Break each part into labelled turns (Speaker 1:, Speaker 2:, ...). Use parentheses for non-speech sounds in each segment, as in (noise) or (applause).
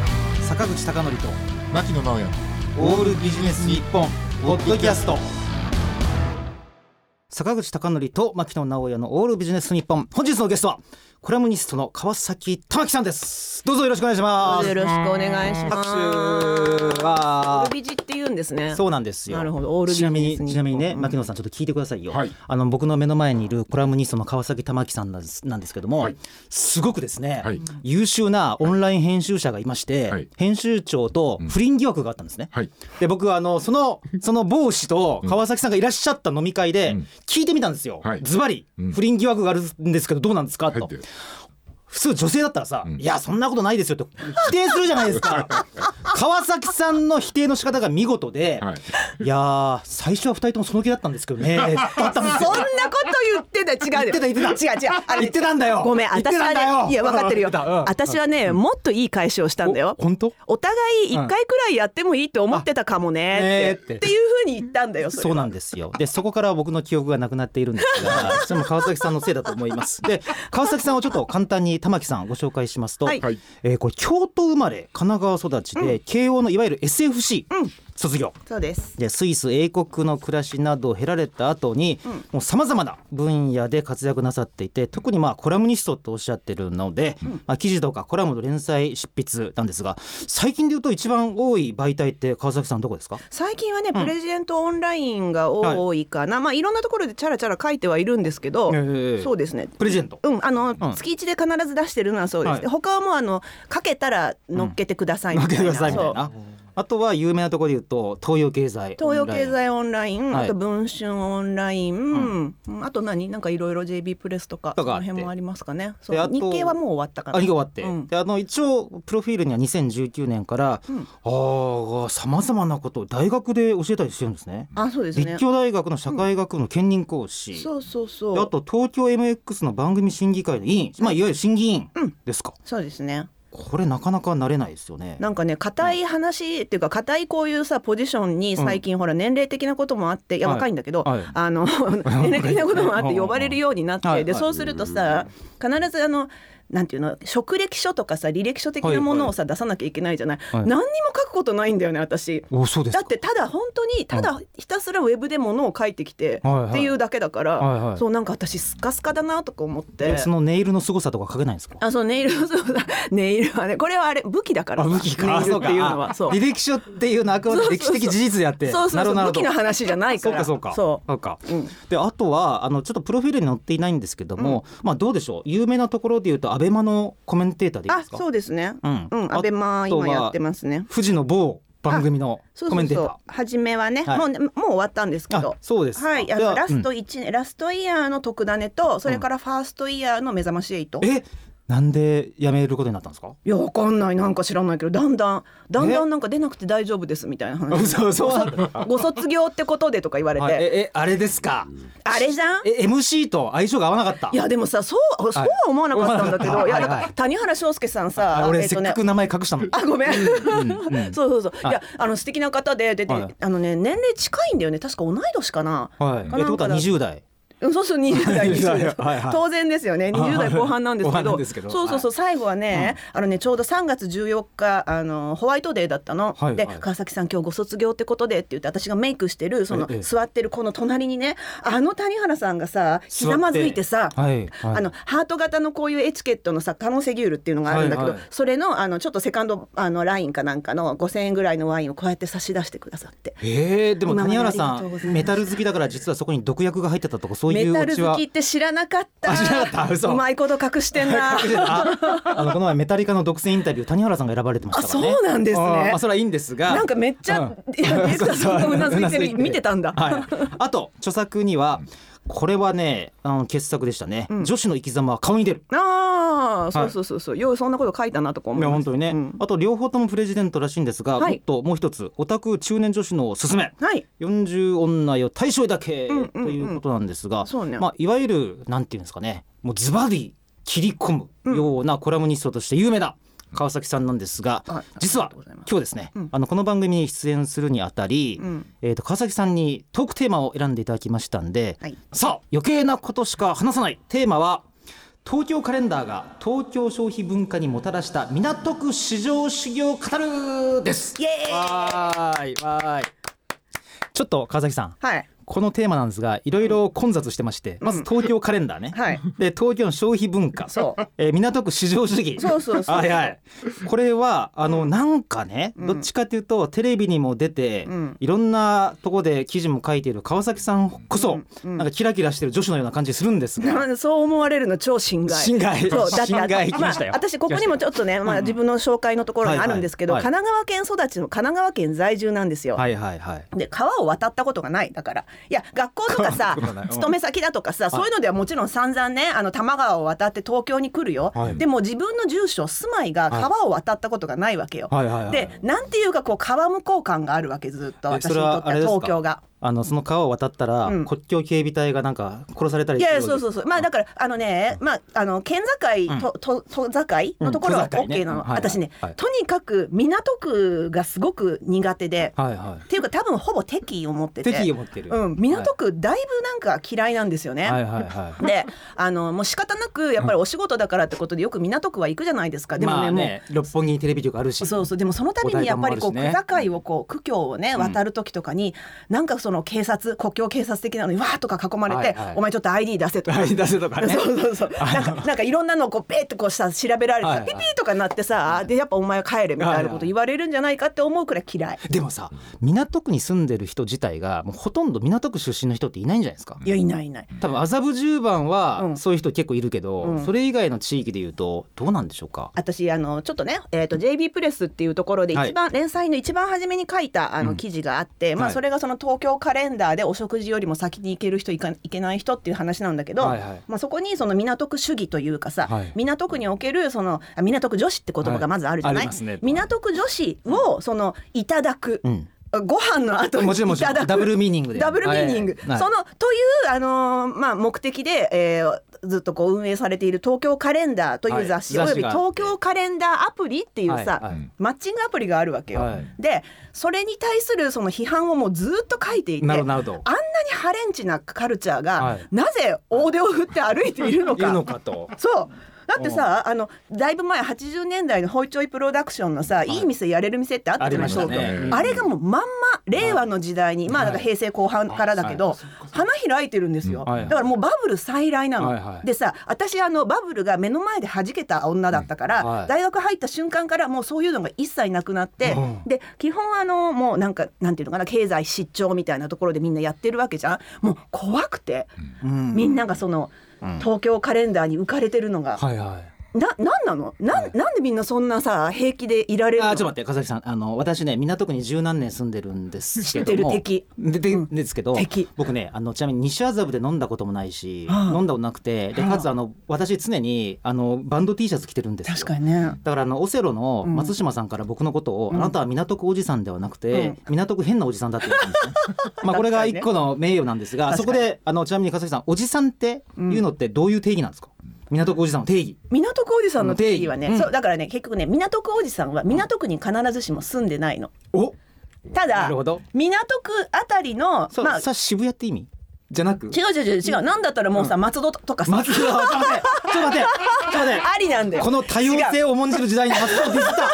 Speaker 1: 原口貴教と
Speaker 2: 牧野直哉
Speaker 1: オールビジネス日本ポッドキャスト坂口貴教と牧野直哉のオールビジネス日本本日のゲストはコラムニストの川崎玉木さんですどうぞよろしくお願いします
Speaker 3: よろしくお願いします。
Speaker 1: 拍手
Speaker 3: オ
Speaker 1: わ
Speaker 3: ルビジって言うんですね。
Speaker 1: そうなんですよ
Speaker 3: なるほどオールビ
Speaker 1: ち
Speaker 3: ジ
Speaker 1: なみ
Speaker 3: ネ
Speaker 1: に
Speaker 3: ス日本
Speaker 1: ちなみにね牧野さんちょっと聞いてくださいよ、
Speaker 2: はい
Speaker 1: あの僕の目の前にいるコラムニストの川崎玉木さんなんですなんですけども、
Speaker 2: はい
Speaker 1: すごくですね、
Speaker 2: はい
Speaker 1: 優秀なオンライン編集者がいまして、
Speaker 2: はい
Speaker 1: 編集長と不倫疑惑があったんですね、
Speaker 2: はい
Speaker 1: で僕はあのそのその帽子と川崎さんがいらっしゃった飲み会で
Speaker 2: うん
Speaker 1: 聞いてみたんですよ
Speaker 2: はい
Speaker 1: ズバリ
Speaker 2: うん
Speaker 1: 不倫疑惑があるんですけどどうなんですか
Speaker 2: 入っ
Speaker 1: と
Speaker 2: て
Speaker 1: 普通女性だったらさ
Speaker 2: うん
Speaker 1: いやそんなことないですよって (laughs) 否定するじゃないです
Speaker 3: (laughs)
Speaker 1: か川崎さんの否定の仕方が見事で
Speaker 2: はい
Speaker 1: いやー最初は二人ともその気だったんですけど
Speaker 3: (laughs)
Speaker 1: ねだったんです
Speaker 3: そ
Speaker 1: よ
Speaker 3: んなこと言ってた違うよ。
Speaker 1: 言ってた言ってた
Speaker 3: 違う違う。あれ
Speaker 1: 言ってたんだよ
Speaker 3: ごめん
Speaker 1: 言って
Speaker 3: 私
Speaker 1: たんだよ
Speaker 3: はねいや分かってるよ。
Speaker 1: 言ってたうん
Speaker 3: 私はねもっといい返しをしたんだよ
Speaker 1: お。本当
Speaker 3: お互い一回くらいやってもいいと思ってたかもねっ
Speaker 1: あねー
Speaker 3: て
Speaker 1: って
Speaker 3: っていうふうに言ったんだよ。
Speaker 1: そうなんですよでそこから僕の記憶がなくなっているんですが
Speaker 3: (laughs)
Speaker 1: それも川崎さんのせいだと思いますで川崎さんをちょっと簡単に玉木さんご紹介しますと、
Speaker 3: はい
Speaker 2: はい
Speaker 1: えーこれ京都生まれ神奈川育ちで、慶応のいわゆる SFC、卒業
Speaker 3: そうです。
Speaker 1: でスイス英国の暮らしなどを経られた後に、もうさまざまな分野で活躍なさっていて特にまあコラムニストとおっしゃってるので、まあ、記事とかコラムの連載執筆なんですが最近でいうと一番多い媒体って川崎さんどこですか
Speaker 3: 最近はねプレジデントオンラインが多いかな、まあいろんなところでチャラチャラ書いてはいるんですけど、
Speaker 1: ええ
Speaker 3: そうですね
Speaker 1: プレゼント
Speaker 3: うん、あの、
Speaker 1: ん
Speaker 3: 月一で必ず出してるのはそうです、
Speaker 1: はい
Speaker 3: で他はもうあのかけたら乗っけてください
Speaker 1: 負
Speaker 3: み
Speaker 1: け
Speaker 3: たい
Speaker 1: てく
Speaker 3: な,
Speaker 1: だ
Speaker 3: そ
Speaker 1: さい
Speaker 3: う、
Speaker 1: みたいなあとは有名なところで言うと東洋経済
Speaker 3: 東洋経済オンライン、
Speaker 1: はい
Speaker 3: あと文春オンライン、うんあと何なんかいろいろ JB プレスとか
Speaker 1: と
Speaker 3: そ
Speaker 1: かあっ
Speaker 3: の
Speaker 1: て
Speaker 3: 辺もありますかねそ
Speaker 1: であ
Speaker 3: う
Speaker 1: と
Speaker 3: 日経はもう終わったか
Speaker 1: あ
Speaker 3: ら
Speaker 1: りが終わって、
Speaker 3: うん
Speaker 1: であの一応プロフィールには2019年から、
Speaker 3: ん
Speaker 1: ああさまざまなことを大学で教えたりしてるんですね。
Speaker 3: あそうですね
Speaker 1: 立教大学の社会学部の兼任講師、
Speaker 3: そうそうそう
Speaker 1: であと東京 MX の番組審議会の委員、まあ、いわゆる審議委員
Speaker 3: うん
Speaker 1: ですか、
Speaker 3: そうですね
Speaker 1: これなかなか慣れないですよね。
Speaker 3: なんかね硬い話っていうか硬いこういうさポジションに最近、ほら年齢的なこともあっていや
Speaker 1: はい
Speaker 3: 若いんだけど、
Speaker 1: はい (laughs)
Speaker 3: あの年齢的なこともあって呼ばれるようになって、
Speaker 1: はい
Speaker 3: で
Speaker 1: はい
Speaker 3: そうするとさ必ずあのなんていうの職歴書とかさ履歴書的なものをさ、出さなきゃいけないじゃない、
Speaker 1: はい
Speaker 3: 何にも書くことないんだよね私。
Speaker 1: おそうです
Speaker 3: だ
Speaker 1: か
Speaker 3: ってただ本当にただひたすらウェブでものを書いてきて
Speaker 1: はいはい
Speaker 3: っていうだけだから、
Speaker 1: はいはい
Speaker 3: そうなんか私スカスカだなとか思って、
Speaker 1: えそのネイルの凄さとか書けないんですか
Speaker 3: あそうネイルそうだネイルはねこれはあれ武器だから
Speaker 1: あ
Speaker 3: さ
Speaker 1: 武器かあ
Speaker 3: ネイル
Speaker 1: そ
Speaker 3: っ
Speaker 1: うか
Speaker 3: ていうのは
Speaker 1: あ
Speaker 3: そう
Speaker 1: 履歴書っていうのはあくまで歴史的事実であって
Speaker 3: そうそ
Speaker 1: な
Speaker 3: う
Speaker 1: る
Speaker 3: そ
Speaker 1: ほど
Speaker 3: う
Speaker 1: なる
Speaker 3: 武
Speaker 1: ほど
Speaker 3: 器の話じゃない
Speaker 1: そ
Speaker 3: か
Speaker 1: うからそうか
Speaker 3: そ
Speaker 1: そうか
Speaker 3: う、うん、
Speaker 1: であとはあのちょっとプロフィールに載っていないんですけども、まあどうでしょう有名なところで言うとアベマのコメンテーターでいいで
Speaker 3: あ
Speaker 1: すか
Speaker 3: そうですね
Speaker 1: うん
Speaker 3: うんアベマ
Speaker 1: あとは
Speaker 3: 今やってますね
Speaker 1: 富士の某番組の
Speaker 3: そう
Speaker 1: コ
Speaker 3: そ
Speaker 1: メ
Speaker 3: う
Speaker 1: ンテー
Speaker 3: そ
Speaker 1: ター
Speaker 3: う初めはね、
Speaker 1: はい
Speaker 3: もうねもう終わったんですけど
Speaker 1: あそうですか
Speaker 3: はいあ
Speaker 1: では
Speaker 3: のラス
Speaker 1: う
Speaker 3: ト一年ラストイヤーの特ダネとそれからファーストイヤーの目覚まし8、い
Speaker 1: えなんで辞めることになったんですか
Speaker 3: やわかんないなんか知らないけどだんだんだんだんなんか出なくて大丈夫ですみたいな話
Speaker 1: そうそうなんだ
Speaker 3: ご卒業ってことでとか言われて、
Speaker 1: はいええあれですか
Speaker 3: あれじゃん
Speaker 1: え MC と相性が合わなかった
Speaker 3: いやでもさそうそうは思わなかったんだけど、
Speaker 1: (laughs) はい
Speaker 3: い、やだ
Speaker 1: は
Speaker 3: か
Speaker 1: いはい
Speaker 3: ら谷原章介さんさ
Speaker 1: あ俺
Speaker 3: えっ
Speaker 1: せ
Speaker 3: と
Speaker 1: っ
Speaker 3: ね
Speaker 1: かく名前隠したのに
Speaker 3: あごめん、
Speaker 1: うん
Speaker 3: (laughs) そうそうそう、
Speaker 1: はい
Speaker 3: い、やあの素敵な方でで、で
Speaker 1: はい
Speaker 3: あのね年齢近いんだよね確か同い年かな、
Speaker 1: はい
Speaker 3: か
Speaker 1: えって
Speaker 3: な
Speaker 1: ことは20代
Speaker 3: うんそうそう20代
Speaker 1: 20代
Speaker 3: 20代
Speaker 1: (laughs) はいはい
Speaker 3: (laughs) 当然ですよね20代後半なんで
Speaker 1: (laughs)
Speaker 3: すけ
Speaker 1: 後半な
Speaker 3: ど
Speaker 1: んですけど
Speaker 3: そうそうそう最後はね、あのねちょうど3月14日あのホワイトデーだったの、
Speaker 1: はい
Speaker 3: で
Speaker 1: はい
Speaker 3: 川崎さん今日ご卒業ってことでって言って私がメイクしてるその
Speaker 1: ええ
Speaker 3: 座ってるこの隣にねあの谷原さんがさひざまずいてさ
Speaker 1: はいはい
Speaker 3: あのハート型のこういうエチケットのさカノセギュールっていうのがあるんだけど、
Speaker 1: はいはい
Speaker 3: それのあのちょっとセカンドあのラインかなんかの5,000円ぐらいのワインをこうやって差し出してくださって。
Speaker 1: えー、でも
Speaker 3: 今まで
Speaker 1: 谷原さ
Speaker 3: ありがとうござい
Speaker 1: ん
Speaker 3: ます
Speaker 1: メタル好きだから実はそこに毒薬が入ってたとかそうい
Speaker 3: メ
Speaker 1: う
Speaker 3: タ
Speaker 1: オ
Speaker 3: ル
Speaker 1: チ
Speaker 3: 好
Speaker 1: は
Speaker 3: きって知らなかった。
Speaker 1: あ知らなかった嘘
Speaker 3: うまいこと隠して
Speaker 1: (laughs)
Speaker 3: んな。
Speaker 1: ああのこの前メタリカの独占インタビュー谷原さんが選ばれてましたからね
Speaker 3: あそうなんですね
Speaker 1: あーまあそれはいいんですが
Speaker 3: なんかめっちゃ
Speaker 1: うん
Speaker 3: いやデータさんがうなずいてる
Speaker 1: そうそう
Speaker 3: 見てたんだ
Speaker 1: はい、あと著作にはこれはねあの傑作でしたね、
Speaker 3: うん
Speaker 1: 女子の生き様は顔に出る
Speaker 3: ああ、そうそうそうそう、ようそんなこと書いたなとか思
Speaker 1: い
Speaker 3: い
Speaker 1: や
Speaker 3: ま
Speaker 1: 本
Speaker 3: した
Speaker 1: 当にね、
Speaker 3: うん
Speaker 1: あと両方ともプレジデントらしいんですが、
Speaker 3: はい
Speaker 1: もっともう一つオタク中年女子のおすすめ
Speaker 3: はい、
Speaker 1: 40女よ対象へだけ、
Speaker 3: うんうんうん
Speaker 1: ということなんですが、
Speaker 3: そうね
Speaker 1: まあ、いわゆるなんていうんですかねもうズバリ切り込むようなコラムニストとして有名な川崎さんなんですが、
Speaker 3: はい
Speaker 1: 実
Speaker 3: あ
Speaker 1: は
Speaker 3: りがとうございま
Speaker 1: 今日ですね、
Speaker 3: うん
Speaker 1: あのこの番組に出演するにあたり、
Speaker 3: うん
Speaker 1: えー、と川崎さんにトークテーマを選んでいただきましたんで、
Speaker 3: はい
Speaker 1: さあ余計なことしか話さないテーマは東京カレンダーが東京消費文化にもたらした港区市場主義を語るです
Speaker 3: イエーイ
Speaker 1: わーいわーいちょっと川崎さん
Speaker 3: はい
Speaker 1: このテーマなんですがいろいろ混雑してましてまず東京カレンダーね、
Speaker 3: はい
Speaker 1: で東京の消費文化
Speaker 3: そう (laughs)
Speaker 1: えー港区市場主義
Speaker 3: そうそうそう
Speaker 1: はいはいこれはあのなんかね、どっちかというとテレビにも出て、
Speaker 3: うん
Speaker 1: いろんなとこで記事も書いている川崎さんこそ、
Speaker 3: うんうん
Speaker 1: なんかキラキラしてる女子のような感じするんですが、
Speaker 3: そう思われるの超心外。
Speaker 1: 心外
Speaker 3: そうだって
Speaker 1: 心外来
Speaker 3: ま
Speaker 1: ま
Speaker 3: あ
Speaker 1: したよ
Speaker 3: 私ここにもちょっとね、まあ自分の紹介のところにあるんですけど、
Speaker 1: はいはい
Speaker 3: 神奈川県育ちの神奈川県在住なんですよ。
Speaker 1: はいはいはい
Speaker 3: で川を渡ったことがないだからいや学校とかさ
Speaker 1: 川渡ったことないうん
Speaker 3: 勤め先だとかさそういうのではもちろん散々ねあの多摩川を渡って東京に来るよ、
Speaker 1: はい
Speaker 3: でも自分の住所住まいが川を渡ったことがないわけよ、
Speaker 1: はいはいはい
Speaker 3: でなんていうかこう川向こう感があるわけずっと
Speaker 1: え
Speaker 3: 私にとっては東京が。
Speaker 1: あのその川を渡ったら、
Speaker 3: うん
Speaker 1: 国境警備隊がなんか殺されたり
Speaker 3: い
Speaker 1: する
Speaker 3: やい
Speaker 1: よ
Speaker 3: やそうそうそうまあだからあのねまああの県境ととと境のところ
Speaker 1: う
Speaker 3: は
Speaker 1: ん都境ね
Speaker 3: OK なの、
Speaker 1: はいはい
Speaker 3: 私ね、
Speaker 1: はい
Speaker 3: とにかく港区がすごく苦手で、
Speaker 1: はいは
Speaker 3: っていうか多分ほぼ敵意を持って
Speaker 1: い
Speaker 3: て
Speaker 1: 敵意を持ってる、
Speaker 3: うん、港区だいぶなんか嫌いなんですよね。
Speaker 1: はいはいはい
Speaker 3: であのもう仕方なくやっぱりお仕事だからってことでよく港区は行くじゃないですかでもね,、
Speaker 1: まあね六本木にテレビ局ある
Speaker 3: も
Speaker 1: し
Speaker 3: うそうそうでもその度にやっぱりこう
Speaker 1: お台場もあるしね
Speaker 3: 区境をこう区境をね渡る時とかに、なんかその警察国境警察的なのにわーっとか囲まれて、
Speaker 1: はいはい
Speaker 3: お前ちょっと ID 出
Speaker 1: (laughs)
Speaker 3: せとか
Speaker 1: はい出せとかね
Speaker 3: (laughs) そうそうそうなんかなんかいろんなのをこうペーってこうさ調べられてさ、
Speaker 1: はいはい
Speaker 3: ピピーとかなってさでやっぱお前は帰れみたいなこと言われるんじゃないかって思うくらい嫌い。
Speaker 1: でもさ港区に住んでる人自体がもうほとんど港区出身の人っていないんじゃないですか
Speaker 3: いやいないいない。
Speaker 1: 多分麻布十番
Speaker 3: う
Speaker 1: は
Speaker 3: ん
Speaker 1: そういう人結構いるけど、
Speaker 3: うん
Speaker 1: それ以外の地域でいうとどうなんでしょうか、
Speaker 3: 私あのちょっとね、えー、と JB プレスっていうところで
Speaker 1: はい
Speaker 3: 一番、連載の一番初めに書いたあ
Speaker 1: う
Speaker 3: の
Speaker 1: ん
Speaker 3: 記事があって、まあ、
Speaker 1: はい
Speaker 3: それがその東京カレンダーでお食事よりも先に行ける人行か行けない人っていう話なんだけど、
Speaker 1: はいはい
Speaker 3: まあ、そこにその港区主義というかさ、
Speaker 1: はい
Speaker 3: 港区におけるそのあ港区女子って言葉がまずあるじゃ
Speaker 1: は
Speaker 3: ないい、
Speaker 1: ありますね
Speaker 3: 港区女子をそのいただく、
Speaker 1: うん、
Speaker 3: ご飯の後に
Speaker 1: もちろんも
Speaker 3: い
Speaker 1: ちろ
Speaker 3: ただ
Speaker 1: ん
Speaker 3: く
Speaker 1: ダブルミーニングで
Speaker 3: ダブルミーニング、
Speaker 1: はいはい
Speaker 3: そのという、あのーまあ、目的で、えーずっとこう運営されている東京カレンダーという雑誌、
Speaker 1: はい
Speaker 3: および
Speaker 1: 雑誌があっ
Speaker 3: 東
Speaker 1: て
Speaker 3: 京カレンダーアプリっていうさ、
Speaker 1: はいはい
Speaker 3: マッチングアプリがあるわけよ。
Speaker 1: はい
Speaker 3: でそれに対するその批判をもうずっと書いていて
Speaker 1: なるほどなるほど
Speaker 3: あんなにハレンチなカルチャーが、
Speaker 1: はい
Speaker 3: なぜ大手を振って歩いているの
Speaker 1: いる
Speaker 3: か。
Speaker 1: のかと
Speaker 3: そうだってさあのだいぶ前80年代のホイチョイプロダクションのさ、い、い店やれる店ってあったじゃない
Speaker 1: ありましたね
Speaker 3: 東京
Speaker 1: うん
Speaker 3: あれがもうまんま令和の時代に、まあだから平成後半からだけど、
Speaker 1: はい
Speaker 3: 花開いてるんですよ、
Speaker 1: うんはいはい
Speaker 3: だからもうバブル再来なの、
Speaker 1: はいはい
Speaker 3: でさ私あのバブルが目の前で弾けた女だったから、
Speaker 1: うんはい
Speaker 3: 大学入った瞬間からもうそういうのが一切なくなって、
Speaker 1: うん
Speaker 3: で基本あのもうなんかなんていうのかな経済失調みたいなところでみんなやってるわけじゃんもう怖くて、
Speaker 1: うん
Speaker 3: みんながその、
Speaker 1: うん
Speaker 3: 東京カレンダーに浮かれてるのが、
Speaker 1: はいはい
Speaker 3: ななんなのなん,、なんでみんなそんなさ平気でいられるの
Speaker 1: あちょっと待って川崎さんあの私ね港区に十何年住んでるんですけども
Speaker 3: 知ってる
Speaker 1: ででですけど、
Speaker 3: 敵
Speaker 1: 僕ねあのちなみに西麻布で飲んだこともないし、
Speaker 3: はあ
Speaker 1: 飲んだことなくてで
Speaker 3: はあ
Speaker 1: かつあの私常にあのバンド T シャツ着てるんですよ
Speaker 3: 確かにね
Speaker 1: だからあのオセロの松島さんから僕のことを、
Speaker 3: ん
Speaker 1: あなたは港区おじさんではなくて、
Speaker 3: うん
Speaker 1: 港区変なおじさんだって言ったん
Speaker 3: (laughs)
Speaker 1: ですね。まあこれが一個の名誉なんですが、
Speaker 3: 確
Speaker 1: そこ
Speaker 3: かに
Speaker 1: であのちなみに笠木さんおじさんっていうのってどういう定義なんですか、港区おじさんの定義
Speaker 3: 港区おじさんの定義はね、
Speaker 1: うん
Speaker 3: そうだからね結局ね港区おじさんは港区に必ずしも住んでないの
Speaker 1: お
Speaker 3: た
Speaker 1: な
Speaker 3: だ
Speaker 1: るほど
Speaker 3: 港区あたりの
Speaker 1: そう、
Speaker 3: まあ
Speaker 1: さ渋谷って意味じゃなく
Speaker 3: 違う違う違う違うなんだったらもうさ、松戸とかさ、
Speaker 1: 松戸ちょっと待ってちょっと待ってちょっと待
Speaker 3: ありな
Speaker 1: っ
Speaker 3: んだ
Speaker 1: て
Speaker 3: よ
Speaker 1: この多様性を重んじる時代に松戸をディスった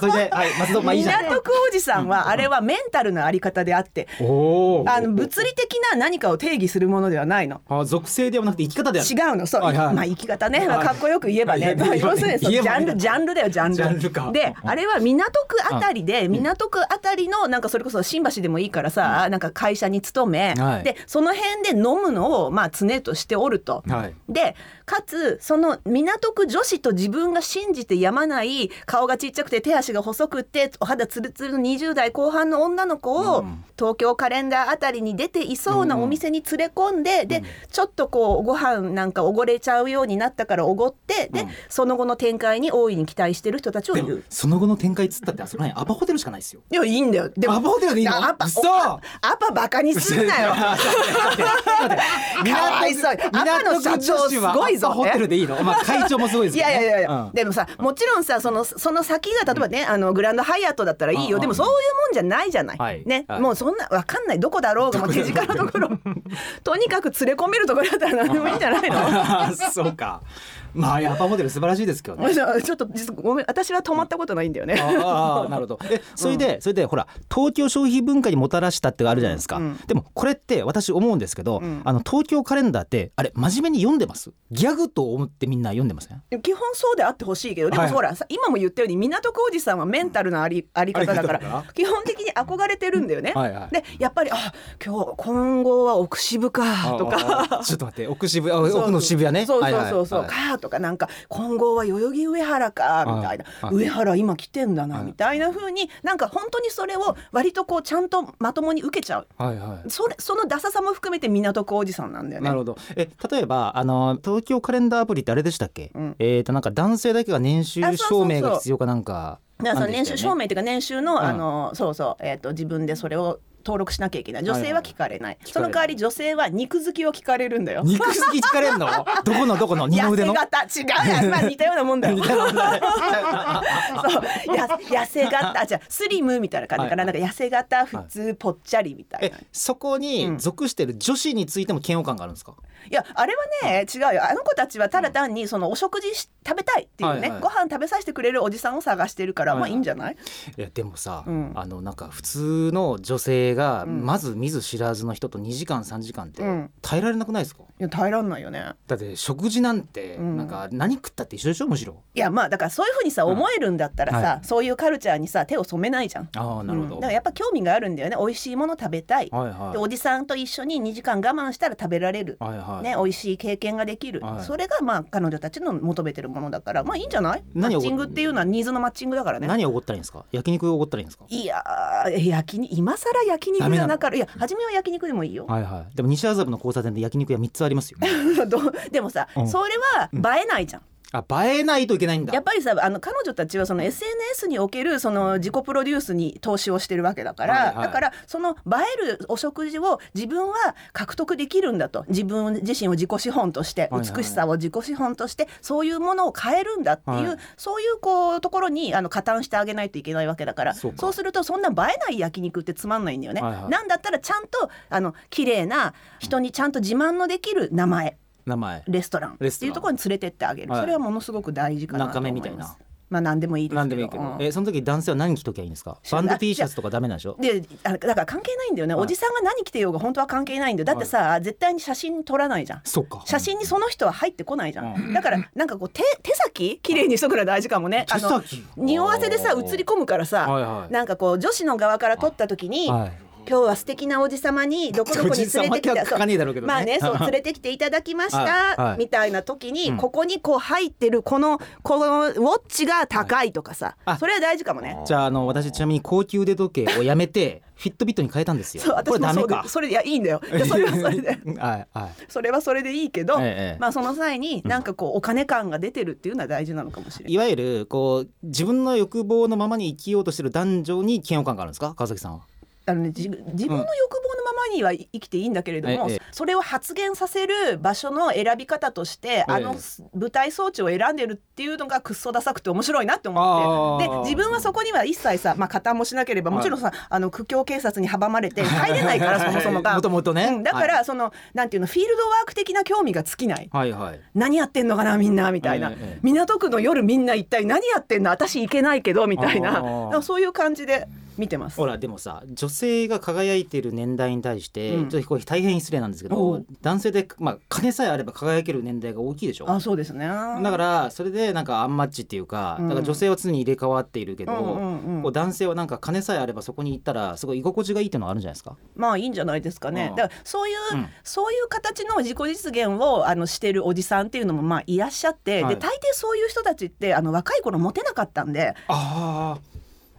Speaker 1: それではい松戸まあいいじゃん
Speaker 3: 港区おじさんはあれはメンタルのあり方であって、
Speaker 1: おー
Speaker 3: あの物理的な何かを定義するものではないの
Speaker 1: あ属性ではなくて生き方である
Speaker 3: 違うのそう、
Speaker 1: はいはい
Speaker 3: まあ生き方ね、まあ、かっこよく言えば
Speaker 1: は
Speaker 3: ね、
Speaker 1: いはい
Speaker 3: (laughs) 要するにそのジ
Speaker 1: 言え
Speaker 3: ャ
Speaker 1: ば
Speaker 3: ン
Speaker 1: ね
Speaker 3: ルジャンルだよジャンル
Speaker 1: ジャンルか
Speaker 3: で
Speaker 1: うん
Speaker 3: あれは港区あたりで港区あたりのなんかそれこそ新橋でもいいからさ、なんか会社に勤め、
Speaker 1: はい
Speaker 3: でその辺で飲むのをまあ常としておると。
Speaker 1: はい
Speaker 3: でかつその港区女子と自分が信じてやまない顔がちっちゃくて手足が細くってお肌ツルツルの20代後半の女の子を、
Speaker 1: うん
Speaker 3: 東京カレンダーあたりに出ていそうなお店に連れ込んで、でちょっとこうご飯なんかおごれちゃうようになったからおごってで、その後の展開に大いに期待してる人たちを
Speaker 1: で
Speaker 3: 言
Speaker 1: も
Speaker 3: う。
Speaker 1: その後の展開っつったってあそこら辺アパホテルしかないですよ
Speaker 3: いやいいんだよで
Speaker 1: アパホテルでいいの
Speaker 3: あアパ
Speaker 1: 嘘
Speaker 3: おアアパバカにすんなよ
Speaker 1: 待って待って
Speaker 3: かわいそ
Speaker 1: 港
Speaker 3: う
Speaker 1: 区
Speaker 3: アパの社長すごいぞ
Speaker 1: アパホテルでいいのまあ会長もすごいです
Speaker 3: い
Speaker 1: けど
Speaker 3: や
Speaker 1: ね
Speaker 3: いやいやいや、
Speaker 1: うん
Speaker 3: でもさもちろんさそのその先が例えばね、あのグランドハイアットだったらいい
Speaker 1: う
Speaker 3: よ、
Speaker 1: ん
Speaker 3: でもそういうもんじゃないじゃない、
Speaker 1: はい
Speaker 3: ね、
Speaker 1: はい
Speaker 3: もうそんなわかんないどこだろう (laughs) がもう手近なところとにかく連れ込めるところだったら何でもいいんじゃないの
Speaker 1: あーそうか。まあヤパモデル素晴らしいですけどね。
Speaker 3: ちょっと実ごめん私は泊まったことないんだよね。
Speaker 1: ああなるほどえそれで、それでほら東京消費文化にもたらしたってあるじゃないですか、
Speaker 3: うん
Speaker 1: でもこれって私思うんですけど、
Speaker 3: うん
Speaker 1: あの東京カレンダーってあれ真面目に読んでますギャグと思ってみんな読んでません
Speaker 3: 基本そうであってほしいけどでも
Speaker 1: はい
Speaker 3: ほら、さ今も言ったように港浩二さんはメンタルのありあり方だか
Speaker 1: あり方だ
Speaker 3: ら
Speaker 1: か
Speaker 3: 基本的に憧れてるんだよね。
Speaker 1: はいはい
Speaker 3: でやっぱりあ今日今後は奥渋かとか。
Speaker 1: ああ (laughs) ちょっと待って奥渋谷あ
Speaker 3: そう
Speaker 1: 奥の渋谷ね
Speaker 3: そう
Speaker 1: はい
Speaker 3: そう
Speaker 1: はい
Speaker 3: そうそう、
Speaker 1: はい
Speaker 3: かとかなんか今後は代々木上原かみたいな、
Speaker 1: はい
Speaker 3: 上原今来てんだな、
Speaker 1: はい
Speaker 3: みたいな風になんか本当にそれを割とこうちゃんとまともに受けちゃう
Speaker 1: はいはい
Speaker 3: それそのダサさも含めて港区おじさんなんだよね。
Speaker 1: なるほどえ例えばあの東京カレンダーアプリってあれでしたっけ、
Speaker 3: うん
Speaker 1: えっ、となんか男性だけが年収
Speaker 3: あそうそうそ
Speaker 1: 証明
Speaker 3: う
Speaker 1: が必要かなんか
Speaker 3: だからその
Speaker 1: なん
Speaker 3: 年
Speaker 1: で
Speaker 3: 収
Speaker 1: したよ
Speaker 3: 証
Speaker 1: ね
Speaker 3: 明っていうか年収の、
Speaker 1: ん
Speaker 3: あのそうそう、えー、と自分でそれを登録しなきゃいけない女性は聞かれない、
Speaker 1: い
Speaker 3: その代わり女性は肉好きを聞かれるんだよ。
Speaker 1: 肉好き聞かれんのどこのどこの二の
Speaker 3: 痩
Speaker 1: 腕
Speaker 3: せ
Speaker 1: の
Speaker 3: 型違うや、
Speaker 1: (laughs)
Speaker 3: まあ、似たようなもんだよそう (laughs) や痩せ型じゃあスリムみたいな感じかな,、
Speaker 1: はい
Speaker 3: なんか痩せ型普通ぽっちゃりみたい
Speaker 1: え
Speaker 3: な、い、
Speaker 1: そこに属してる女子についても嫌悪感があるんですか、
Speaker 3: やあれはね違うよあの子たちはただ単にそのお食事し食べたいっていうね、
Speaker 1: はいはい
Speaker 3: ご飯食べさせてくれるおじさんを探してるから、
Speaker 1: はいは
Speaker 3: まあ
Speaker 1: い
Speaker 3: いいんじゃない
Speaker 1: いやでもさ、
Speaker 3: うん
Speaker 1: あのなんか普通の女性が
Speaker 3: うん
Speaker 1: まず見ず知らずの人と2時間3時間って
Speaker 3: うん
Speaker 1: 耐えられなくないですか、
Speaker 3: いや耐えらんないよね
Speaker 1: だって食事なんて
Speaker 3: うん
Speaker 1: なんか何食ったって一緒でしょむしろ
Speaker 3: いやまあだからそういうふうにさ
Speaker 1: うん
Speaker 3: 思えるんだったらさ、
Speaker 1: は
Speaker 3: そういうカルチャーにさ手を染めないじゃん。
Speaker 1: ああなるほど、
Speaker 3: うんだからやっぱ興味があるんだよね美味しいもの食べたい、
Speaker 1: はいはい
Speaker 3: でおじさんと一緒に2時間我慢したら食べられる、
Speaker 1: はいはい、
Speaker 3: ね、美味しい経験ができる、
Speaker 1: はい
Speaker 3: それがまあ彼女たちの求めてるものだからまあいいんじゃないマ
Speaker 1: 何を
Speaker 3: ッチングっていうのはニーズのマッチングだからね。
Speaker 1: 何をおごったらいいんですか焼肉をおごったらいいんですか
Speaker 3: いやー焼きに今更焼き肉じゃなかったいや初めは焼き肉でもいいよ。
Speaker 1: はいはいでも西麻布の交差点で焼肉屋3つありますよ
Speaker 3: (laughs) どうでもさ、
Speaker 1: うん
Speaker 3: それは映えないじゃん。
Speaker 1: あ映えないといけないんだ
Speaker 3: やっぱりさあの彼女たちはその SNS におけるその自己プロデュースに投資をしてるわけだから、
Speaker 1: はいはい
Speaker 3: だからその映えるお食事を自分は獲得できるんだと自分自身を自己資本として
Speaker 1: はいはい
Speaker 3: 美しさを自己資本としてそういうものを変えるんだっていう、
Speaker 1: はい
Speaker 3: そういうこうところにあの加担してあげないといけないわけだから
Speaker 1: そ
Speaker 3: そうう
Speaker 1: か
Speaker 3: するとそんな映えない焼肉ってつまんないんだよね。
Speaker 1: はいはい
Speaker 3: なんだったらちゃんとあの綺麗な人にちゃんと自慢のできる名前
Speaker 1: 名前
Speaker 3: レストラン
Speaker 1: レ
Speaker 3: っ
Speaker 1: スト
Speaker 3: て
Speaker 1: ラン
Speaker 3: いうところに連れてってあげる、
Speaker 1: はい
Speaker 3: それはものすごく大事かなと思
Speaker 1: 中目
Speaker 3: います
Speaker 1: みたいな
Speaker 3: まあ何でもいいですけど
Speaker 1: 何でもいいけど、
Speaker 3: うん
Speaker 1: えその時男性は何着ときゃいいんですかバンド T シャツとかダメなんでしょ
Speaker 3: であだから関係ないんだよね、
Speaker 1: はい
Speaker 3: おじさんが何着てようが本当は関係ないんだよだってさ、絶対に写真撮らないじゃん
Speaker 1: そうか
Speaker 3: 写真にその人は入ってこないじゃん、
Speaker 1: う
Speaker 3: だからなんかこう手手先綺麗にしとくのが大事かもね
Speaker 1: 手
Speaker 3: あの
Speaker 1: 先
Speaker 3: 匂わせでさ映り込むからさ、
Speaker 1: はいはい
Speaker 3: なんかこう女子の側から撮った時に、
Speaker 1: はい
Speaker 3: 今日は素敵なおじさまにどこどこに連れ
Speaker 1: おじ
Speaker 3: てき
Speaker 1: さまって
Speaker 3: た
Speaker 1: は書かねえだろうけどね
Speaker 3: まあねそ
Speaker 1: (laughs)
Speaker 3: う連れてきていただきまし
Speaker 1: はいは
Speaker 3: た
Speaker 1: い
Speaker 3: みたいな時に、
Speaker 1: うん
Speaker 3: ここにこう入ってるこのこのウォッチが高いとかさ、
Speaker 1: はいあ
Speaker 3: それは大事かもね。
Speaker 1: じゃああの私ちなみに高級腕時計をやめて (laughs) フィットビットに変えたんですよ
Speaker 3: そう
Speaker 1: これ
Speaker 3: 私も
Speaker 1: ダ
Speaker 3: そ
Speaker 1: メ
Speaker 3: うで
Speaker 1: か
Speaker 3: それいやいいんだよいやそれはそれで
Speaker 1: はいはい
Speaker 3: それはそれでいいけど、
Speaker 1: ええ
Speaker 3: まあその際になんかこうお金感が出てるっていうのは大事なのかもしれない。
Speaker 1: いわゆるこう自分の欲望のままに生きようとしてる男女に嫌悪感があるんですか川崎さんは
Speaker 3: あのね、じ自分の欲望のままには生きていいんだけれども、
Speaker 1: ええ
Speaker 3: それを発言させる場所の選び方として、あの舞台装置を選んでるっていうのがくっそダサくて面白いなって思って
Speaker 1: あ
Speaker 3: で
Speaker 1: ー
Speaker 3: 自分はそこには一切さ、まあ、加担もしなければ
Speaker 1: はい
Speaker 3: もちろんさ、あの苦境警察に阻まれて入れないからそもそもが。
Speaker 1: もともとね、
Speaker 3: うんだから、そのなんていうのフィールドワーク的な興味が尽きない
Speaker 1: はいはいはい
Speaker 3: 何やってんのかなみんなみたいな、
Speaker 1: ええええ
Speaker 3: 港区の夜みんな一体何やってんの私行けないけどみたいな
Speaker 1: あー
Speaker 3: なんかそういう感じで見てます
Speaker 1: ほ。らでもさ女性が輝いてる年代に対して、
Speaker 3: うん
Speaker 1: ちょっとこれ大変失礼なんですけ
Speaker 3: お
Speaker 1: ど
Speaker 3: う
Speaker 1: 男性で、まあ、金さえあれば輝ける年代が大きいでしょ
Speaker 3: あそうですねだ
Speaker 1: だからそれでなんかアンマッチっていうか、
Speaker 3: うん
Speaker 1: だから女性は常に入れ替わっているけど、
Speaker 3: うんうんう、
Speaker 1: こうん男性はなんか金さえあればそこに行ったらすごい居心地がいいっていうのはあるんじゃないですか。
Speaker 3: まあいいんじゃないですかね
Speaker 1: う。ん
Speaker 3: だからそうい
Speaker 1: う
Speaker 3: う、
Speaker 1: ん
Speaker 3: そういう形の自己実現をあのしてるおじさんっていうのもまあいらっしゃって、
Speaker 1: はい
Speaker 3: で大抵そういう人たちってあの若い頃モテなかったんで
Speaker 1: ああ、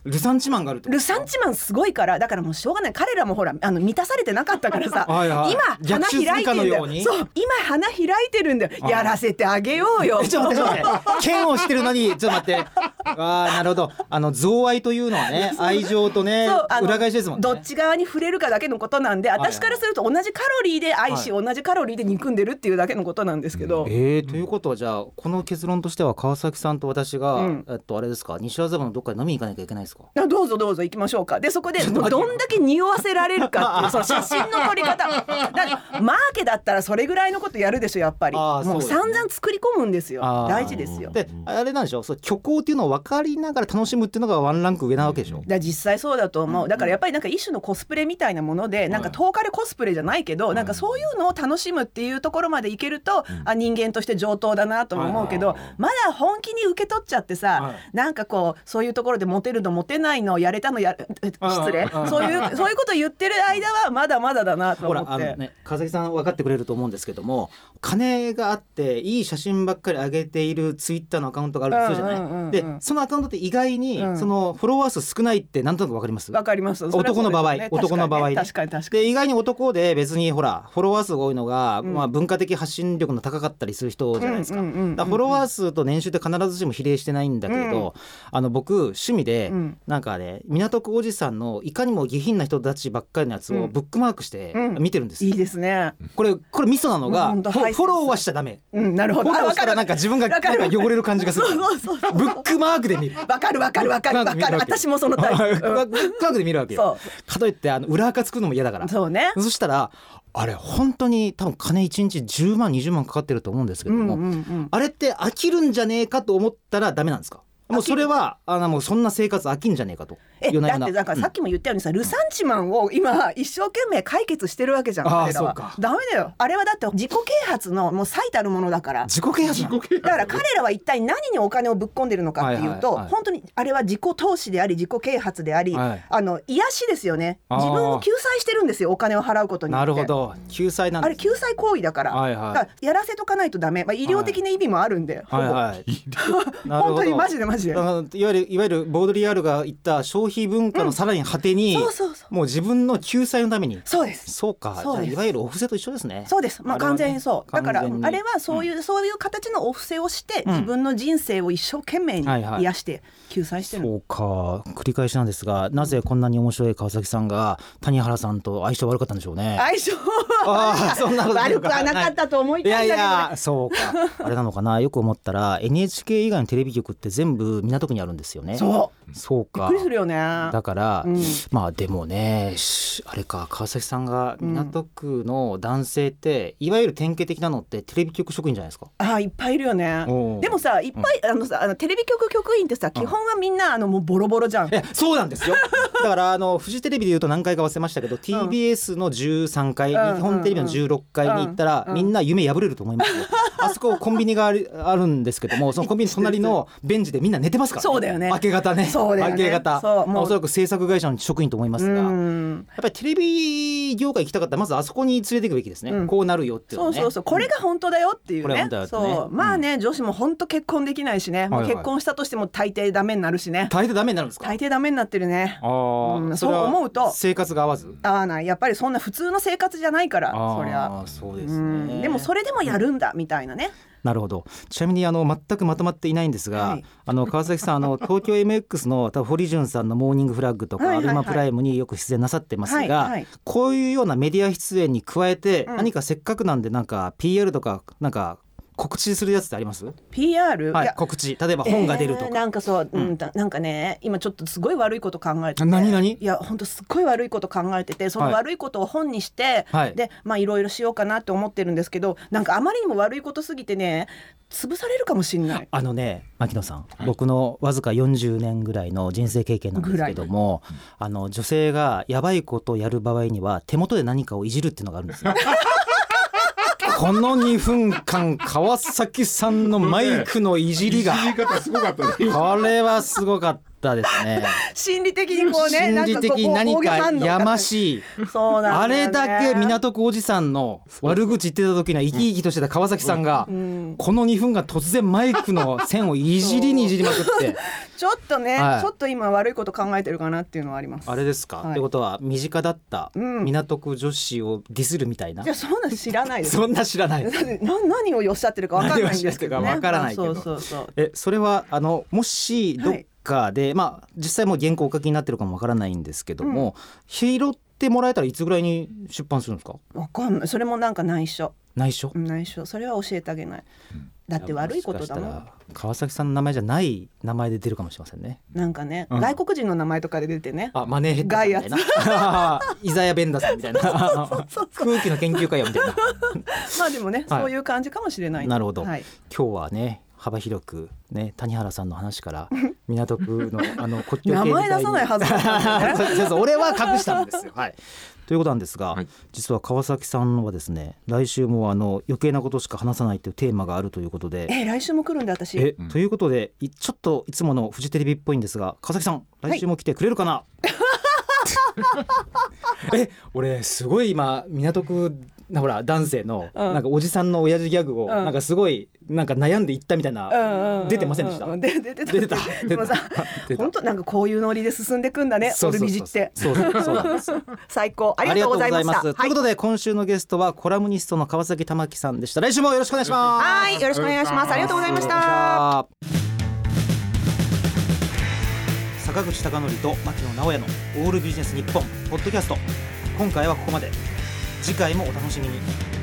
Speaker 1: ルサンチマンがあるってこと
Speaker 3: ルサンチマンすごいからだからもうしょうがない彼らもほらあの満たされてなかったからさ
Speaker 1: (laughs) はいはい
Speaker 3: 今花開いてる
Speaker 1: 逆
Speaker 3: んだ
Speaker 1: 襲するかのよ
Speaker 3: よ
Speaker 1: うに
Speaker 3: そう今花開いてるんだよ
Speaker 1: はい
Speaker 3: やらせてあげようよ。
Speaker 1: えちょっと待ってちょっと待って。剣をしてるのにちょっと待って。ああなるほどあの贈愛というのは
Speaker 3: (laughs)
Speaker 1: ね愛情とね
Speaker 3: そうあの
Speaker 1: 裏返しですもんね
Speaker 3: どっち側に触れるかだけのことなんで
Speaker 1: いはい
Speaker 3: 私からすると同じカロリーで愛し、
Speaker 1: は
Speaker 3: 同じカロリーで憎んでるっていうだけのことなんですけど、
Speaker 1: えー、ということはじゃあこの結論としては川崎さんと私が、
Speaker 3: うん
Speaker 1: えっとあれですか西麻布のどっかに飲みに行かなきゃいけないですか
Speaker 3: あどうぞどうぞ行きましょうかでそこで
Speaker 1: ちょっと待って
Speaker 3: どんだけ匂わせられるかっていうその写真の撮り方だからマーケだったらそれぐらいのことやるでしょやっぱり
Speaker 1: あー
Speaker 3: もう
Speaker 1: そうですね
Speaker 3: 散々作り込むんですよ
Speaker 1: あー
Speaker 3: 大事ですよだか
Speaker 1: であれなんでしょうそう虚構っていうのを分かりながら楽しむっていうのがワンランク上なわけでしょ、
Speaker 3: ら実際そうだと思うだからやっぱりなんか一種のコスプレみたいなものでなんか10日でコスプレじゃないけどなんかそういうのを楽しむっていうところまでいけるとあ人間として上等だなとも思うけど
Speaker 1: はいはいはい
Speaker 3: まだ本気に受け取っちゃって
Speaker 1: は
Speaker 3: さ
Speaker 1: い
Speaker 3: なんかこうそういうところでモテるのモテないのやれたのやえ失礼
Speaker 1: うんうんうん
Speaker 3: そういうそういうこと言ってる間はまだまだだなと
Speaker 1: ほ
Speaker 3: 思
Speaker 1: らあ
Speaker 3: っ
Speaker 1: の
Speaker 3: て。
Speaker 1: ね川崎さん分かってくれると思うんですけども金があっていい写真ばっかり上げているツイッターのアカウントがあるそうじゃない、
Speaker 3: うんうんうんうん
Speaker 1: でそのアカウントって意外に、
Speaker 3: うん
Speaker 1: そのフォロワー数少ないってなんとなく分かります
Speaker 3: わかります。
Speaker 1: 男の場合
Speaker 3: それはそうです
Speaker 1: 男の場合
Speaker 3: ね
Speaker 1: ね
Speaker 3: 確かに確かに。
Speaker 1: で意外に男で別にほらフォロワー数が多いのが、
Speaker 3: うん
Speaker 1: まあ、文化的発信力の高かったりする人じゃないですか。
Speaker 3: うんうんうんうん
Speaker 1: だからフォロワー数と年収って必ずしも比例してないんだけれど、あの僕趣味で、
Speaker 3: うん
Speaker 1: なんかね港区おじさんのいかにも下品な人たちばっかりのやつ
Speaker 3: う
Speaker 1: を
Speaker 3: ん
Speaker 1: ブックマークして
Speaker 3: うん
Speaker 1: 見てるんです
Speaker 3: い
Speaker 1: よ、
Speaker 3: いですね。
Speaker 1: これこれミソなのが
Speaker 3: う
Speaker 1: フ
Speaker 3: ん本当
Speaker 1: ォ
Speaker 3: ハイセンス
Speaker 1: フォローはしちゃダメ
Speaker 3: うん、なる
Speaker 1: フ
Speaker 3: ほ
Speaker 1: ォ
Speaker 3: ど。
Speaker 1: ロ
Speaker 3: あ
Speaker 1: ー
Speaker 3: わ
Speaker 1: した
Speaker 3: からる
Speaker 1: なんか自分がなんか汚れる感じがする
Speaker 3: そうそうそうそう
Speaker 1: ブックマークで見る
Speaker 3: わかるわかるわかるわか
Speaker 1: ブックマーク見
Speaker 3: る。
Speaker 1: るわけ
Speaker 3: 私もそのタイ
Speaker 1: ブック
Speaker 3: プ。うん
Speaker 1: マークで見るわけよ
Speaker 3: そ
Speaker 1: かといってあの裏垢作るのも嫌だから
Speaker 3: そうね。
Speaker 1: そしたらあれ本当に多分金1日10万20万かかってると思うんですけ
Speaker 3: う
Speaker 1: ど
Speaker 3: んうん
Speaker 1: も、
Speaker 3: うん。
Speaker 1: あれって飽きるんじゃねえかと思ったらダメなんですかもうそれはあのもうそんな生活飽きんじゃねえかと
Speaker 3: え
Speaker 1: 夜な
Speaker 3: だ
Speaker 1: 夜
Speaker 3: っ
Speaker 1: な
Speaker 3: てなんかさっきも言ったようにさ、ルサンチマンを今一生懸命解決してるわけじゃん
Speaker 1: あー
Speaker 3: 彼らは
Speaker 1: そうか
Speaker 3: ダメだよあれはだって自己啓発のもう最たるものだから
Speaker 1: 自己啓発なの
Speaker 3: だから彼らは一体何にお金をぶっ込んでるのかっていうと、
Speaker 1: はいはいはい
Speaker 3: 本当にあれは自己投資であり自己啓発であり、
Speaker 1: はい
Speaker 3: あの癒しですよね
Speaker 1: あー
Speaker 3: 自分を救済してるんですよお金を払うことによ
Speaker 1: な
Speaker 3: って
Speaker 1: るほど救済なん
Speaker 3: あ
Speaker 1: で
Speaker 3: れ
Speaker 1: す
Speaker 3: 救済行為だから,、
Speaker 1: はいはい
Speaker 3: だからやらせとかないとダメ、まあ、医療的な意味もあるんで、ほぼ
Speaker 1: はいはいなるほど
Speaker 3: 本当にマジでマジで
Speaker 1: だからいわゆるいわゆるボードリアルが言った消費文化のさらに果てに、
Speaker 3: そうそうそう
Speaker 1: もう自分の救済のために
Speaker 3: そうです
Speaker 1: そうか
Speaker 3: そうで
Speaker 1: じ
Speaker 3: す
Speaker 1: ゃあいわゆるお布施と一緒ですね
Speaker 3: そうですまあ
Speaker 1: あれは
Speaker 3: 完
Speaker 1: ね
Speaker 3: 全にそう、だから
Speaker 1: 完全に
Speaker 3: あれはそういう、そういう形のお布施をして、自分の人生を一生懸命に
Speaker 1: はいはい
Speaker 3: 癒して救済してるの、
Speaker 1: そうか繰り返しなんですがなぜこんなに面白い川崎さんが谷原さんと相性悪かったんでしょうね
Speaker 3: 相性
Speaker 1: あ
Speaker 3: (laughs)
Speaker 1: あそんなことない
Speaker 3: 悪
Speaker 1: の
Speaker 3: く
Speaker 1: か
Speaker 3: はなかったと思いた
Speaker 1: い
Speaker 3: いん
Speaker 1: や
Speaker 3: だけ
Speaker 1: い
Speaker 3: ど、ね、
Speaker 1: やそうかあれなのかなよく思ったら NHK 以外のテレビ局って全部港区にあるんですよね
Speaker 3: そう
Speaker 1: そう
Speaker 3: うびっ
Speaker 1: か
Speaker 3: くりするよね
Speaker 1: だから、
Speaker 3: うん
Speaker 1: まあでもねしあれか川崎さんが港区の男性って、いわゆる典型的なのってテレビ局職員じゃないですか
Speaker 3: あーいっぱいいるよね
Speaker 1: おう
Speaker 3: でもさいっぱい、あのさあのテレビ局局員ってさ基本はみんなあのもうボロボロじゃん
Speaker 1: えそうなんですよ (laughs) だからあのフジテレビで言うと何回か忘れましたけど、TBS の13階、
Speaker 3: うん
Speaker 1: 日本テレビの16階に行ったら、
Speaker 3: うん
Speaker 1: みんな夢破れると思い
Speaker 3: (laughs)
Speaker 1: ますよあそこコンビニがあるあるんですけどもそのコンビニの隣のベンチでみんな寝てますから、
Speaker 3: そうだよね
Speaker 1: 明け方ね
Speaker 3: そうだよね
Speaker 1: 明け方
Speaker 3: そうもう
Speaker 1: おそらく制作会社の職員と思いま
Speaker 3: う
Speaker 1: すが、やっ
Speaker 3: ん
Speaker 1: ぱりテレビ業界行きたかったらまずあそこに連れていくべきですね、
Speaker 3: うん
Speaker 1: こうなるよっていうの
Speaker 3: そ
Speaker 1: を
Speaker 3: う
Speaker 1: ね
Speaker 3: そうそうこれが本当だよっていう
Speaker 1: これが本
Speaker 3: ね
Speaker 1: 当だよってね
Speaker 3: そうまあね、女子も本当結婚できないしね、もう
Speaker 1: はいはい
Speaker 3: 結婚したとしても大抵ダメになるしね
Speaker 1: 大抵ダメになるんですか
Speaker 3: 大抵ダメになってるね
Speaker 1: あー
Speaker 3: うん
Speaker 1: れは
Speaker 3: そう思うと
Speaker 1: 生活が合わず
Speaker 3: 合わないやっぱりそんな普通の生活じゃないから
Speaker 1: あー
Speaker 3: そりゃ
Speaker 1: そうで
Speaker 3: う
Speaker 1: すね
Speaker 3: んでもそれでもやるんだみたいなね
Speaker 1: なるほど。ちなみにあの全くまとまっていないんですが、
Speaker 3: はい
Speaker 1: あの川崎さんあ
Speaker 3: (laughs)
Speaker 1: の東京 MX の多分堀潤さんのモーニングフラッグとか、
Speaker 3: はいはい
Speaker 1: ア
Speaker 3: はい
Speaker 1: ルマプライムによく出演なさってますが、
Speaker 3: はいはい
Speaker 1: こういうようなメディア出演に加えて、
Speaker 3: うん
Speaker 1: 何かせっかくなんでなんか PR とかなんか告知するやつってあります？
Speaker 3: PR、
Speaker 1: はいい
Speaker 3: や
Speaker 1: 告知例えば本が出るとか。
Speaker 3: えーなんかそう、うん、だなんかね今ちょっとすごい悪いこと考えてて
Speaker 1: 何何
Speaker 3: いや本当すっごい悪いこと考えててその
Speaker 1: はい
Speaker 3: 悪いことを本にして、
Speaker 1: はい
Speaker 3: でまあいろいろしようかなって思ってるんですけどなんかあまりにも悪いことすぎてね潰されるかもし
Speaker 1: (laughs)
Speaker 3: んない
Speaker 1: あのね牧野さん、僕のわずか40年ぐらいの人生経験なんですけども、あの女性がやばいことをやる場合には手元で何かをいじるっていうのがあるんです
Speaker 3: (laughs)
Speaker 1: よ。この2分間川崎さんのマイクのいじりが
Speaker 2: 言い方すごかったね。
Speaker 1: これはすごかっったですね
Speaker 3: 心理的にこうね
Speaker 1: 心理的に何かやま
Speaker 3: い
Speaker 1: しい
Speaker 3: そうな
Speaker 1: あ
Speaker 3: んだよね
Speaker 1: れだけ港区おじさんの悪口言ってた時には生き生きとしてた川崎さんが
Speaker 3: うん
Speaker 1: この2分が突然マイクの線をいじりにいじりまくって
Speaker 3: ちょっとね、
Speaker 1: はい
Speaker 3: ちょっと今悪いこと考えてるかなっていうのはあります
Speaker 1: あれですか、
Speaker 3: はい
Speaker 1: ってことは身近だった
Speaker 3: うん
Speaker 1: 港区女子をディスるみたいな、
Speaker 3: いやそんなん知らないです
Speaker 1: そんな知ら
Speaker 3: (laughs)
Speaker 1: ない
Speaker 3: だってな何をおっしゃってるかわかんないんですけどね
Speaker 1: 何をおっしゃってるかわからないけど
Speaker 3: まあそうそう
Speaker 1: えそれはあのもしどっかで、まあ実際もう原稿お書きになってるかもわからないんですけども、拾ってもらえたらいつぐらいに出版するんですか
Speaker 3: そうわかんないそれもなんか内緒
Speaker 1: 内緒
Speaker 3: うん内緒それは教えてあげないだって悪いことだも
Speaker 1: もしか
Speaker 3: ん
Speaker 1: したら川崎さんの名前じゃない名前で出るかもしれませんね
Speaker 3: なんかね、
Speaker 1: うん
Speaker 3: 外国人の名前とかで出てね
Speaker 1: あマネーヘッドさんみたいな (laughs) イザヤ・ベンダさんみたい
Speaker 3: (laughs)
Speaker 1: な空気の研究会やみたいな
Speaker 3: まあでもね、
Speaker 1: はい
Speaker 3: そういう感じかもしれない
Speaker 1: なるほど
Speaker 3: はい、
Speaker 1: 今日はね幅広くね谷原さんの話
Speaker 3: (laughs)
Speaker 1: から港区のあの国境
Speaker 3: 名
Speaker 1: 警備
Speaker 3: 前
Speaker 1: 隊
Speaker 3: 出さないはずだったんだね
Speaker 1: (laughs) そうそうそう俺は隠したんですよ。はい、ということなんですが、
Speaker 2: はい
Speaker 1: 実は川崎さんはですね来週もあの余計なことしか話さないというテーマがあるということで。
Speaker 3: え来週も来るんで私
Speaker 1: え
Speaker 2: うん
Speaker 1: ということでいちょっといつものフジテレビっぽいんですが川崎さん来週も来てくれるかな、 (laughs) え俺すごい今港区なほら男性の
Speaker 3: うん
Speaker 1: なんかおじさんの親父ギャグを
Speaker 3: ん
Speaker 1: なんかすごいなんか悩んでいったみたいな出てませんでした
Speaker 3: うううで出てた
Speaker 1: 出てた
Speaker 3: でもさ
Speaker 1: 出た
Speaker 3: 本当なんかこういうノリで進んでくんだね
Speaker 1: そ
Speaker 3: オ
Speaker 1: うそ
Speaker 3: ル
Speaker 1: うそう
Speaker 3: ビジって
Speaker 1: そうそうそうなんです
Speaker 3: 最高 (laughs) ありがとうございました
Speaker 1: ありがとうございますということで、今週のゲストはコラムニストの川崎玉樹さんでした。来週もよろしくお願いします。
Speaker 3: はいはいよろしくお願いしますありがとうございまし
Speaker 1: お
Speaker 3: た
Speaker 1: 願いします坂口孝則と牧野直哉のオールビジネス日本ポッドキャスト。今回はここまで。次回もお楽しみに。